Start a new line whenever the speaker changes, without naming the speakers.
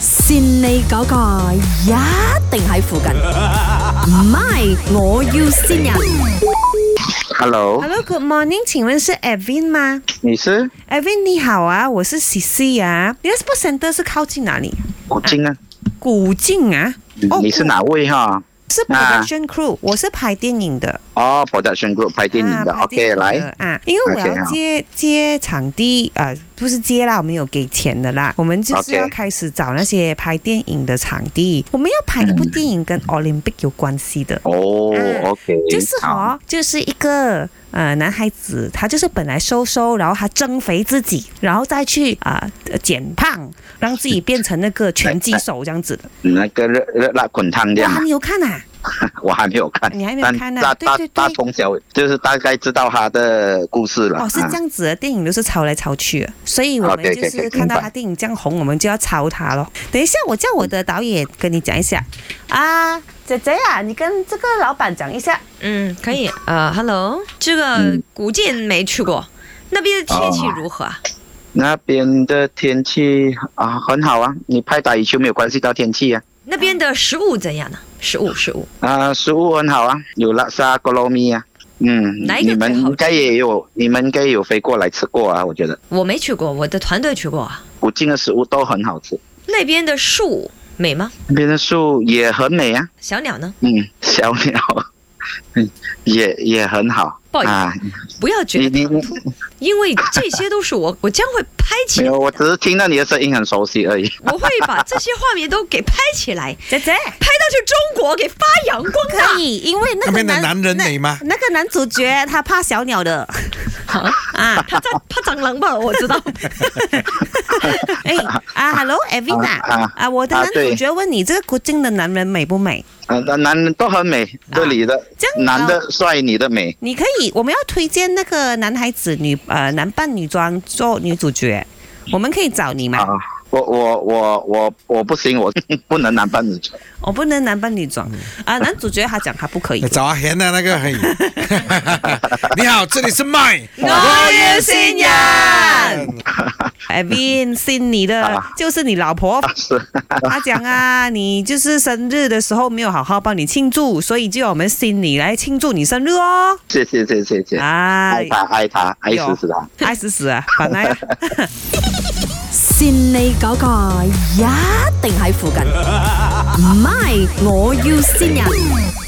善你嗰個一定喺附近，唔係我要線人。
Hello，
Hello，Good morning，请问是 Evan 吗
你是？
？Evan 你好啊，我是 CC 啊。你的 Sport Center 是靠近哪里？
古今啊，
古晋啊？哦
你是哪位哈？
是
啊
Production Crew，、我是拍电影的。
哦，Production Group 拍电影的
啊拍电
，OK，
影的
来，
啊，因为我
OK，
要
好
接接场地，呃，不是接啦，我们有给钱的啦，我们就是
OK
要开始找那些拍电影的场地。我们要拍一部
嗯
电影跟 Olympic 有关系的。
哦
啊
，OK，
就是
好，
哦，就是一个呃男孩子，他就是本来瘦瘦，然后他增肥自己，然后再去啊、呃减胖，让自己变成那个拳击手这样子的。
那个热热辣滚烫这样
哇，
啊，
你有看啊？
我还没有看，
你还没有
但
看啊
大
对
大
对对
大从小就是大概知道他的故事了。
哦，是这
啊，
样子的，电影都是抄来抄去的，所以我们
OK，OK，OK，
就是看
明
到
白
他电影这样红，我们就要抄他咯。等一下，我叫我的导演跟你讲一下啊，姐姐啊，你跟这个老板讲一下。
嗯，可以。呃，Hello，这个
嗯
古晋没去过，那边的天气如何啊？
那边的天气啊很好啊，你拍打羽球没有关系到天气啊。
那边的食物怎样呢？食物，食物。
啊，食物很好啊，有拉萨、格罗米啊。嗯，
哪一个
你们
最好
应该也有，你们应该有飞过来吃过啊，我觉得
我没去过，我的团队去过啊。
古晋的食物都很好吃，
那边的树美吗？
那边的树也很美啊。
小鸟呢？
嗯，小鸟， 嗯，也也很好。
不好意思
啊，
不要
你
觉得
你
唐
你
突，因为这些都是我， 我将会拍起
没
来，
有，我只是听到你的声音很熟悉而已。
我会把这些画面都给拍起来，
姐姐
拍到去中国给发扬光大。
可以，因为那
那
个
边的男人美吗？。
那个男主角他怕小鸟的啊，
怕蟑怕蟑螂吧，我知道。
哎啊，Hello
啊
Evina
啊
啊，我的
啊
男主
对
角问你，这个古晋的男人美不美？
啊，那男人都很美，这里的、
啊
这样呃
男的帅，女的美。
你可以，我们要推荐那个男孩子女呃男扮女装做女主角，我们可以找你
啊
吗？，
我我我我我不行，我 不能男扮女装。
我不能男扮女装啊，男主角他讲他不可以
找阿贤嗯的那个，嘿， 你好，这里是麦，
要新人，Evin 信你的
啊
就是你老婆，
是，
他讲啊，你就是生日的时候没有好好帮你庆祝，所以就要我们信你来庆祝你生日哦。
谢谢谢谢
哎
谢，
啊
爱，他爱他爱死死他。
爱死死啊，本来啊。
善你嗰個一定喺附近，唔係我要線人。